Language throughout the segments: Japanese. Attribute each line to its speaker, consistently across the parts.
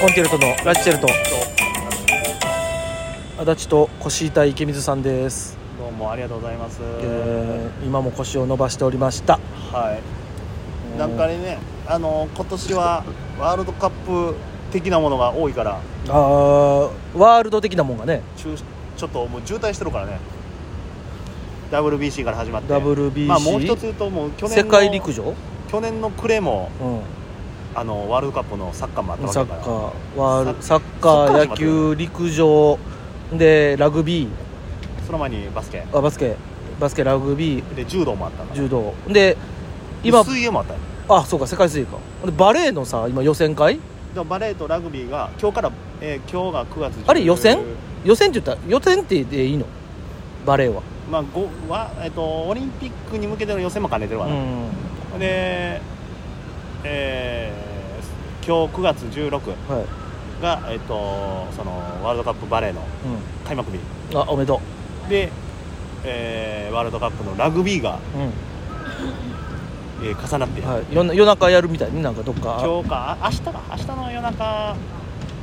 Speaker 1: コンテルトのラジチェルト足立と腰痛い池水さんです、
Speaker 2: どうもありがとうございます。
Speaker 1: えー今も腰を伸ばしておりました
Speaker 2: はい。なんかね、あの今年はワールドカップ的なものが多いから、
Speaker 1: あーワールド的なもんがね
Speaker 2: 中ちょっともう渋滞してるからね。WBC から始まって。
Speaker 1: WBC
Speaker 2: まあもう一つ言うともう去年
Speaker 1: 世
Speaker 2: の
Speaker 1: 界陸上、
Speaker 2: 去年の暮れも
Speaker 1: う
Speaker 2: あのワールドカップのサッカーもあった
Speaker 1: ん、
Speaker 2: わけ
Speaker 1: サ
Speaker 2: だ
Speaker 1: ッ
Speaker 2: か
Speaker 1: カ
Speaker 2: ら。
Speaker 1: ーワールサ
Speaker 2: サ
Speaker 1: ッカ
Speaker 2: そっか
Speaker 1: ー
Speaker 2: ら始ま
Speaker 1: 野
Speaker 2: ってる
Speaker 1: 球陸上でラグビー
Speaker 2: その前にバスケ。
Speaker 1: あバスケバスケラグビー
Speaker 2: で柔道もあったから。
Speaker 1: 柔道で今
Speaker 2: 水泳もあったよ。
Speaker 1: あそうか世界水泳かでバレーのさ今予選会
Speaker 2: でもバレーとラグビーが今日から、えー今日が9月10
Speaker 1: あれ予選予選って言ったら予選って言っていいのバレーは
Speaker 2: まあごはえっとオリンピックに向けての予選も兼ねてるわな、
Speaker 1: ん
Speaker 2: で、えー今日9月16
Speaker 1: はい、
Speaker 2: が、えっとそのワールドカップバレーの開幕日
Speaker 1: うん、あおめでと
Speaker 2: で、えーワールドカップのラグビーが、
Speaker 1: う、うん
Speaker 2: えー重なって、
Speaker 1: はい、夜な夜中やるみたいになんかどっか
Speaker 2: 今日かあ明日か明日の夜中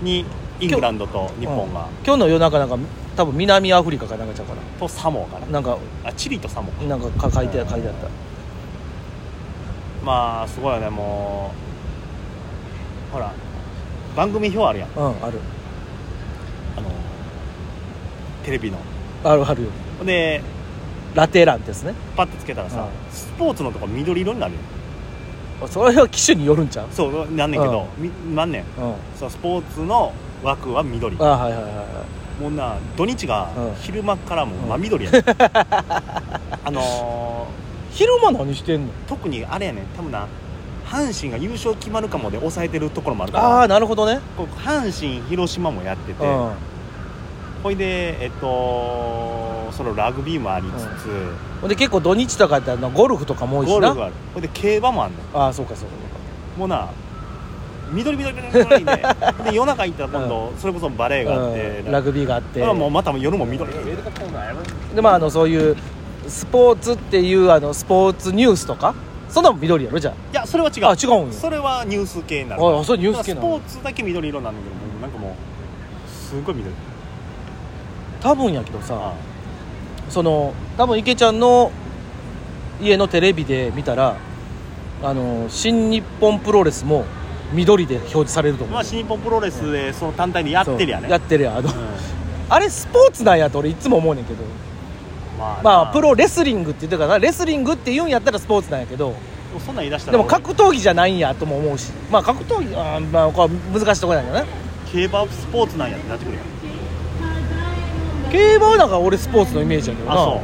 Speaker 2: にイングランドと日本が、
Speaker 1: 今日の夜中なんか多分南アフリカかなんかちゃうかな
Speaker 2: とサモアかな
Speaker 1: なんか
Speaker 2: あチリとサモアか
Speaker 1: なんかか書いて書いてあった
Speaker 2: まあすごいよねもうほら番組表あるやん
Speaker 1: うんある
Speaker 2: あのテレビの
Speaker 1: あるあるよ
Speaker 2: ほんで
Speaker 1: ラテランですね
Speaker 2: パッてつけたらさ、
Speaker 1: うん
Speaker 2: スポーツのとこ緑色になるよ
Speaker 1: あそれは機種によるんちゃう
Speaker 2: そうなんねんけど、みなんねん
Speaker 1: うんあ
Speaker 2: そのスポーツの枠は緑も
Speaker 1: はいはいはいは
Speaker 2: うな土日が
Speaker 1: うん
Speaker 2: 昼間からもう真 緑やね、ん、あの
Speaker 1: い昼間何してんの
Speaker 2: ー特にあれやねん多分な阪神が優勝決まるかもで抑えてるところもあるから
Speaker 1: ああなるほどね
Speaker 2: こう阪神広島もやってて、
Speaker 1: うん
Speaker 2: ほいでえっとそのラグビーもありつつ、
Speaker 1: ほんで結構土日とかやってあのゴルフとかも多いし
Speaker 2: ゴ
Speaker 1: な
Speaker 2: ルフあるほいで競馬もあんねん
Speaker 1: ああそうかそうか
Speaker 2: もうな緑緑緑緑でで夜中行ったら今度、それこそバレエ
Speaker 1: そう
Speaker 2: が
Speaker 1: か
Speaker 2: あって、
Speaker 1: うんラグビーがあって
Speaker 2: だからもうまた夜も緑緑緑
Speaker 1: でまああのそういうスポーツっていうあのスポーツニュースとかそんなんも緑やろじゃ
Speaker 2: いやそれは違う
Speaker 1: ああ違うんや
Speaker 2: それはニュース系になる
Speaker 1: ああそれニュース系な
Speaker 2: だ
Speaker 1: の
Speaker 2: からスポーツだけ緑色なんだけどもうなんかもうすごい緑
Speaker 1: 多分やけどさ
Speaker 2: あ
Speaker 1: その多分池ちゃんの家のテレビで見たらあの新日本プロレスも緑で表示されると思う、
Speaker 2: まあ新日本プロレスでその単体でやってるや
Speaker 1: そ
Speaker 2: ね
Speaker 1: うやってるやんあの
Speaker 2: うん
Speaker 1: あれスポーツなんやと俺いつも思うねんけど
Speaker 2: まあ
Speaker 1: まあプロレスリングって言ってるからなレスリングって言うんやったらスポーツなんやけど
Speaker 2: そんなん言い出した
Speaker 1: で
Speaker 2: ら
Speaker 1: も格闘技じゃないんやとも思うしまあ格闘技あーまあこれは難しいところなんだよね
Speaker 2: 俺競馬スポーツなんやってなってくるやん
Speaker 1: 競馬はなんか俺スポーツのイメージやけどな
Speaker 2: あそ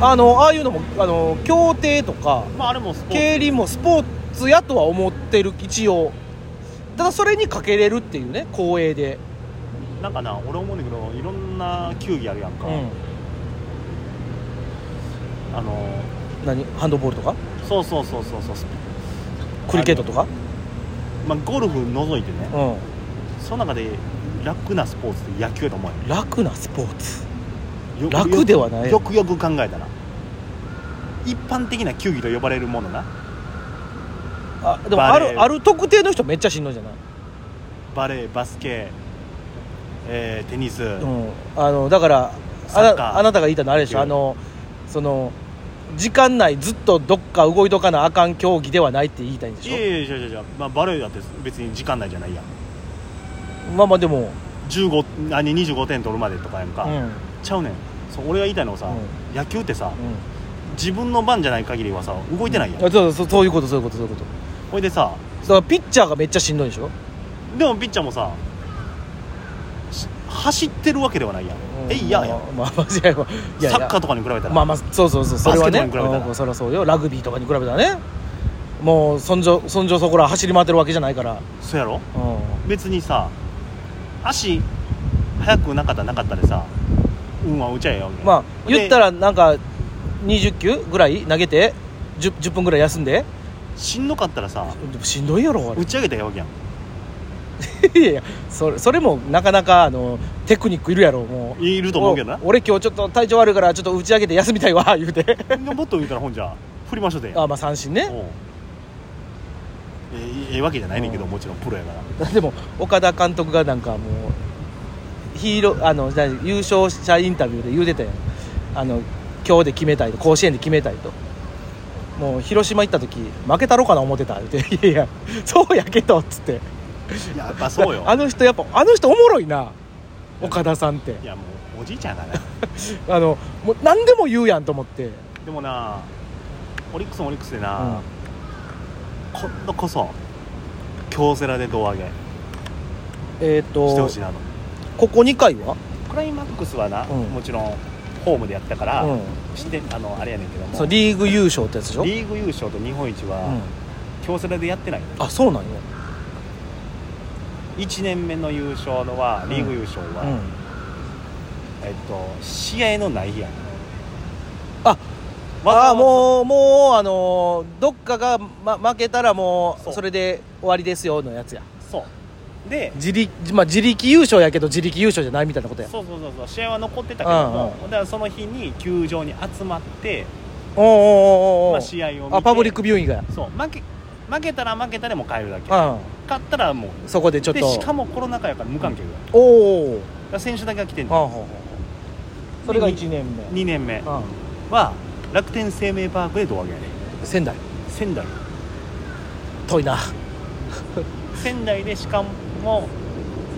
Speaker 1: あのああいうのもあの競艇とか
Speaker 2: うまああれもスポーツ
Speaker 1: 競輪もスポーツやとは思ってる一応ただそれにかけれるっていうね光栄で、
Speaker 2: なんかな俺思うんだけどいろんな球技あるやんか、
Speaker 1: うん、
Speaker 2: あの
Speaker 1: 何ハンドボールとか
Speaker 2: そうそうそうそうそう
Speaker 1: クリケットとか、
Speaker 2: まあ、ゴルフ除いてね、
Speaker 1: う
Speaker 2: その中で楽なスポーツって野球やと思
Speaker 1: ん、楽なスポーツ
Speaker 2: うよよ
Speaker 1: 楽ではない
Speaker 2: よくよくよく考えたら一般的な球技と呼ばれるものな
Speaker 1: あでも
Speaker 2: バ
Speaker 1: あ
Speaker 2: レー
Speaker 1: るある特定の人めっちゃしんどいじゃない、
Speaker 2: バレーバスケ、えーテニス、
Speaker 1: うん、あのだから
Speaker 2: サ
Speaker 1: あ
Speaker 2: ッカー
Speaker 1: なあなたが言いたのあれでしょ
Speaker 2: 野球
Speaker 1: あのその時間内ずっとどっか動いとかなあかん競技ではないって言いたいんで
Speaker 2: い
Speaker 1: し
Speaker 2: や
Speaker 1: ょ
Speaker 2: いやいやいや、まあ、バレーだって別に時間内じゃないやん
Speaker 1: まあまあでも、
Speaker 2: 15何25点取るまでとかやんか、
Speaker 1: うんうん
Speaker 2: ちゃうねんそう俺が言いたいのはさ、
Speaker 1: う
Speaker 2: 野球ってさ自分の番じゃない限りはさ動いてないやん、
Speaker 1: あそうそうそういうことそういうことそういうこと
Speaker 2: ほいでさ
Speaker 1: だからピッチャーがめっちゃしんどいでしょ
Speaker 2: でもピッチャーもさし走ってるわけではないやん、えいややん
Speaker 1: まあまあ間違いは
Speaker 2: サッカー
Speaker 1: と
Speaker 2: とかに比べたら、
Speaker 1: まあまあそうそうそうそれはね
Speaker 2: バスケとかに比べたら
Speaker 1: うんそりゃそうよラグビーとかに比べたらねもうそんじょそんじょそこら走り回ってるわけじゃないから
Speaker 2: そうやろ
Speaker 1: うん
Speaker 2: 別にさ足速くなかったらなかったでさ運は打ちゃえよ
Speaker 1: まあ
Speaker 2: で
Speaker 1: 言ったらなんか20球ぐらい投げて 10, 10分ぐらい休んで
Speaker 2: しんどかったらさ
Speaker 1: でもしんどいやろあれ
Speaker 2: 打ち上げたらええわけやん
Speaker 1: いやいやそれそれもなかなかあのテクニックいるやろもう
Speaker 2: いると思うけどな
Speaker 1: お俺今日ちょっと体調悪いからちょっと打ち上げて休みたいわ 言うて
Speaker 2: でもっと言うたらほんじゃ振りましょうで
Speaker 1: あまあ三振ね
Speaker 2: おうえーええわけじゃないねんけど、
Speaker 1: うん
Speaker 2: もちろんプロやから
Speaker 1: でも岡田監督がなんかもうヒーローあの何優勝者インタビューで言うてたやんあの今日で決めたいと甲子園で決めたいともう広島行った時負けたろかな思ってたって 言って「いやいやそうやけど」っつって
Speaker 2: いややっぱそうよ
Speaker 1: あの人やっぱあの人おもろいな岡田さんって
Speaker 2: いやもうおじいちゃんだね
Speaker 1: あのもう何でも言うやんと思って、
Speaker 2: でもなオリックスもオリックスで
Speaker 1: うん
Speaker 2: な、今度こそ京セラで胴上げ
Speaker 1: えっ、
Speaker 2: して
Speaker 1: と
Speaker 2: ほしいなと
Speaker 1: ここ2回は、
Speaker 2: クライマックスはな、
Speaker 1: うん
Speaker 2: もちろんホームでやったから、
Speaker 1: うん、
Speaker 2: してあのあれやねんけども
Speaker 1: そのリーグ優勝ってやつでしょ、
Speaker 2: リーグ優勝と日本一
Speaker 1: う
Speaker 2: は
Speaker 1: ん、
Speaker 2: 京セラでやってない
Speaker 1: あそうなんや、
Speaker 2: 1年目の優勝のはリーグ優勝は、
Speaker 1: うん、
Speaker 2: えっと試合のない日やねん
Speaker 1: あ
Speaker 2: わざわ
Speaker 1: あ
Speaker 2: ざ
Speaker 1: あもうもうあのーどっかが、ま、負けたらもう
Speaker 2: そう
Speaker 1: それで終わりですよのやつや
Speaker 2: そうで
Speaker 1: 自力,、まあ、自力優勝やけど自力優勝じゃないみたいなことや
Speaker 2: そうそうそうそう試合は残ってたけども、
Speaker 1: うん
Speaker 2: だからその日に球場に集まって、
Speaker 1: おうおうおうおう
Speaker 2: まあ、試合を見て
Speaker 1: あパブリックビューイングや
Speaker 2: そう負け負けたら負けたでもう帰るだけ
Speaker 1: うん
Speaker 2: 勝ったらもう
Speaker 1: そこでちょっ
Speaker 2: で
Speaker 1: と
Speaker 2: しかもコロナ禍やから無観客だだか
Speaker 1: おお
Speaker 2: ら選手だけが来てん
Speaker 1: は
Speaker 2: の
Speaker 1: あはあはあそれが1年目
Speaker 2: 2年目
Speaker 1: うん
Speaker 2: は楽天生命パークで胴上げやね
Speaker 1: 仙台
Speaker 2: 仙台
Speaker 1: 遠いな
Speaker 2: 仙台でしかも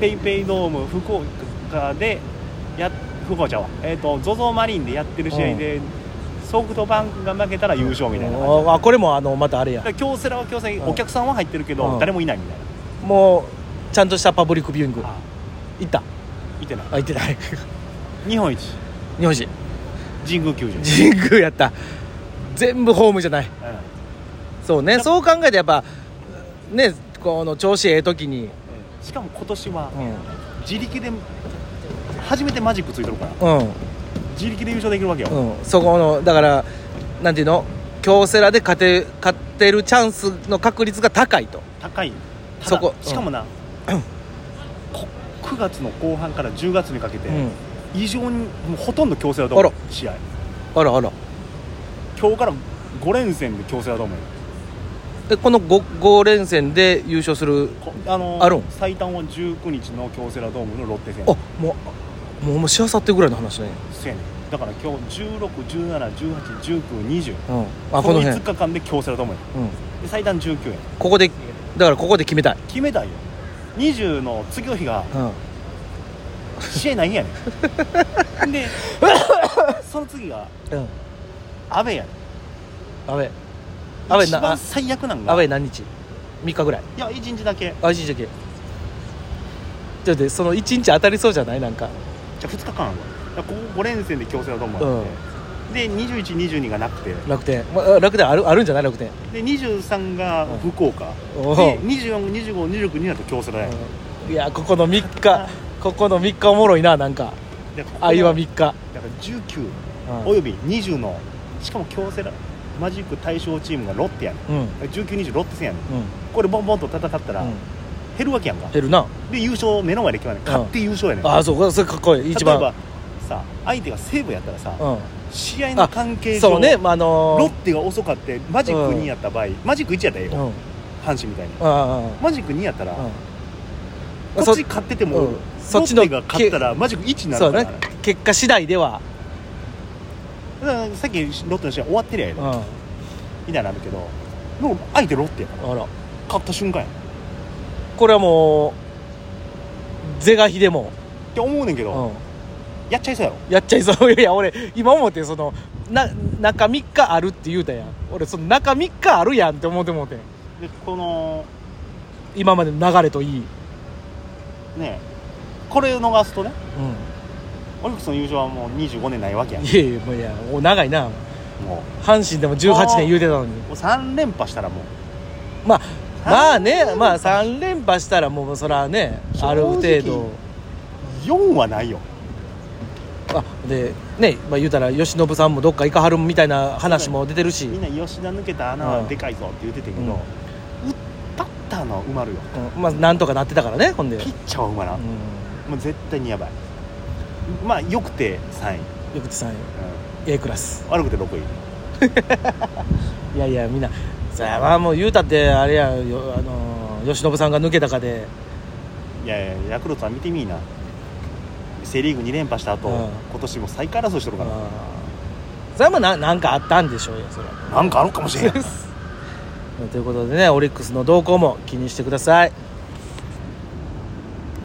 Speaker 2: ペイペイドーム福岡でやっ福岡ちゃんはえっ、と ZOZO マリンでやってる試合で、ソフトバンクが負けたら優勝みたいな感じ
Speaker 1: あこれもあのまたあれ
Speaker 2: だ
Speaker 1: や
Speaker 2: から京セラは京セラ
Speaker 1: うん
Speaker 2: お客さんは入ってるけ
Speaker 1: う
Speaker 2: ど
Speaker 1: ん
Speaker 2: 誰もいないみたい
Speaker 1: もうちゃんとしたパブリックビューイング
Speaker 2: なあ
Speaker 1: 行った
Speaker 2: いてない
Speaker 1: あ行ってない
Speaker 2: 日本一
Speaker 1: 日本人
Speaker 2: 神宮球場、うん
Speaker 1: 神宮やった全部ホームじゃないそうねそう考えてやっぱねこの調子ええ時に
Speaker 2: しかも今年は
Speaker 1: う
Speaker 2: 自力で初めてマジックついてるから
Speaker 1: んうん、
Speaker 2: 自力で優勝できるわけよ、
Speaker 1: うん、そこのだからなんていうの京セラで勝て勝ってるチャンスの確率が高いと
Speaker 2: 高いただ
Speaker 1: そこうん
Speaker 2: しかもな、こ9月の後半から10月にかけて、
Speaker 1: うん
Speaker 2: 異常にもうほとんど京セラドーム
Speaker 1: あ
Speaker 2: 試合
Speaker 1: あらあら
Speaker 2: 今日から5連戦で京セラドーム
Speaker 1: えこの 5, 5連戦で優勝する
Speaker 2: こあの
Speaker 1: あるん
Speaker 2: 最短は19日の京セラドームのロッテ戦
Speaker 1: あもうもうもうしあさってぐらいの話だね、
Speaker 2: せやねんだから今日
Speaker 1: うん、あこの辺、う
Speaker 2: 1617181920この5
Speaker 1: ん、
Speaker 2: 日間で京セラドームやで最短19円
Speaker 1: ここでだからここで決めたい、
Speaker 2: 決めたいよ20の次の日 が
Speaker 1: うん、
Speaker 2: 試合ないんやね んでその次が
Speaker 1: うん
Speaker 2: 阿部やねん
Speaker 1: 阿部阿部
Speaker 2: 一
Speaker 1: な
Speaker 2: 番最悪なんが
Speaker 1: 阿部何日3日ぐらい
Speaker 2: いや1日だけ
Speaker 1: あ一日だけちょっと待ってその1日当たりそうじゃないなんか
Speaker 2: じゃ2日間あるわだからここ5連戦で京セラドームあって、で2122がなくて
Speaker 1: 楽天、まあ、楽天あるあるんじゃない楽天
Speaker 2: で23が福岡、
Speaker 1: おお
Speaker 2: で242529になると京セラやねん
Speaker 1: いやここの3日ここの3日おもろいななんか
Speaker 2: でここの
Speaker 1: 愛は3日、
Speaker 2: だから19
Speaker 1: うん
Speaker 2: および20のしかも京セラマジック対象チームがロッテやねん
Speaker 1: うんうん
Speaker 2: 1920ロッテ戦やねんこれボンボンと戦ったら
Speaker 1: うん
Speaker 2: 減るわけやんか、
Speaker 1: 減るな
Speaker 2: で優勝目の前で決まる
Speaker 1: ん
Speaker 2: 勝って優勝やねん、
Speaker 1: ああそうそれかっこいい一
Speaker 2: 例え
Speaker 1: 番
Speaker 2: ばさ相手が西武やったらさ、
Speaker 1: う
Speaker 2: 試合の関係
Speaker 1: ん
Speaker 2: 上
Speaker 1: そうねまああのー
Speaker 2: ロッテが遅かってマジック2やった場合、マジック1やったらええ
Speaker 1: う
Speaker 2: よ、
Speaker 1: ん
Speaker 2: 阪神みたいに
Speaker 1: ああ
Speaker 2: マジック2やったら、
Speaker 1: ああ
Speaker 2: こっち勝ってても、
Speaker 1: うん
Speaker 2: ロ
Speaker 1: そっちの
Speaker 2: ッテが勝ったらマジック1にな
Speaker 1: そ
Speaker 2: る
Speaker 1: う
Speaker 2: から
Speaker 1: ね結果次第では
Speaker 2: だからさっきロッテの試合終わってりゃええ
Speaker 1: うん
Speaker 2: の
Speaker 1: あ
Speaker 2: みたいになるけどでも相手ロッテやから
Speaker 1: ら
Speaker 2: 勝った瞬間やんっ
Speaker 1: これはもう是が非でも、
Speaker 2: て思うねんけ
Speaker 1: う
Speaker 2: ど、
Speaker 1: ん、
Speaker 2: やっちゃいそうやろ
Speaker 1: やっちゃいそう いや俺今思ってそのな中3日あるって言うたやん俺その中3日あるやんって思ってもうてん
Speaker 2: でこの
Speaker 1: 今までの流れといい、
Speaker 2: ねこれを逃すとね
Speaker 1: うん
Speaker 2: オリックスの優勝はもう25年ないわけやん
Speaker 1: いやいやもういやお長いな
Speaker 2: も
Speaker 1: 阪神でも18年言うてたのに
Speaker 2: うもう3連覇したらもう
Speaker 1: まあまあね
Speaker 2: 三連覇
Speaker 1: まあ3連覇したらもうそらね
Speaker 2: 正直
Speaker 1: ある程度
Speaker 2: 4はないよ
Speaker 1: あでね、まあ、言うたら由伸さんもどっか行かはるみたいな話も出てるし、
Speaker 2: みんな吉田抜けた穴はでかいぞって言ってたけど、
Speaker 1: うん
Speaker 2: 打ったったのは埋まるよ
Speaker 1: うんまあなんとかなってたからねほんで、
Speaker 2: ピッチャーは埋まらん、
Speaker 1: う、
Speaker 2: もう絶対にやばいまあよくて3位、うん
Speaker 1: よくて3位 A クラス
Speaker 2: ん悪くて6位
Speaker 1: いやいやみんなそれはもう言うたってあれやよあのー由伸さんが抜けたかで
Speaker 2: いやいやヤクルトは見てみいなセ・リーグ2連覇した後、
Speaker 1: うん
Speaker 2: 今年も最下位争いしてるから、
Speaker 1: それはもうななんかあったんでしょうよそれは
Speaker 2: なんかあるかもしれん
Speaker 1: ということでねオリックスの動向も気にしてください